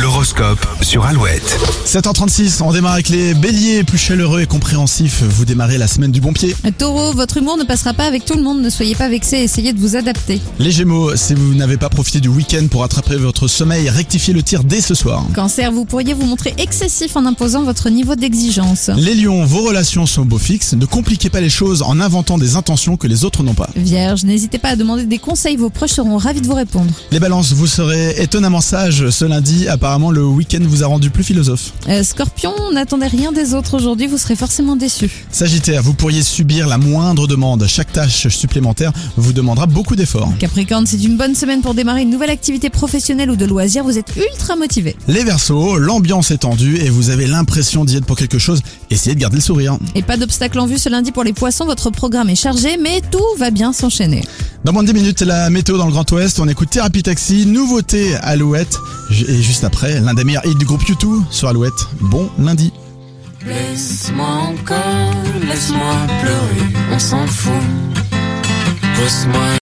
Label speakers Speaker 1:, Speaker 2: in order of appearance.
Speaker 1: L'horoscope sur Alouette.
Speaker 2: 7h36, on démarre avec les béliers, plus chaleureux et compréhensifs. Vous démarrez la semaine du bon pied.
Speaker 3: Taureau, votre humour ne passera pas avec tout le monde, ne soyez pas vexé, essayez de vous adapter.
Speaker 2: Les gémeaux, si vous n'avez pas profité du week-end pour attraper votre sommeil, rectifiez le tir dès ce soir.
Speaker 3: Cancer, vous pourriez vous montrer excessif en imposant votre niveau d'exigence.
Speaker 2: Les lions, vos relations sont beau fixe. Ne compliquez pas les choses en inventant des intentions que les autres n'ont pas.
Speaker 3: Vierge, n'hésitez pas à demander des conseils, vos proches seront ravis de vous répondre.
Speaker 2: Les balances, vous serez étonnamment sage ce lundi. Apparemment, le week-end vous a rendu plus philosophe.
Speaker 3: Euh, scorpion, n'attendez rien des autres aujourd'hui, vous serez forcément déçu.
Speaker 2: Sagittaire, vous pourriez subir la moindre demande. Chaque tâche supplémentaire vous demandera beaucoup d'efforts.
Speaker 3: Capricorne, c'est une bonne semaine pour démarrer une nouvelle activité professionnelle ou de loisir, vous êtes ultra motivé.
Speaker 2: Les versos, l'ambiance est tendue et vous avez l'impression d'y être pour quelque chose. Essayez de garder le sourire.
Speaker 3: Et pas d'obstacle en vue ce lundi pour les poissons, votre programme est chargé, mais tout va bien s'enchaîner.
Speaker 2: Dans moins de 10 minutes, la météo dans le Grand Ouest. On écoute Thérapie Taxi, nouveauté Alouette. J- Et juste après, l'un des meilleurs hits du groupe U2 sur Alouette. Bon lundi.
Speaker 4: Laisse-moi encore, laisse-moi pleurer, on s'en fout. Pousse-moi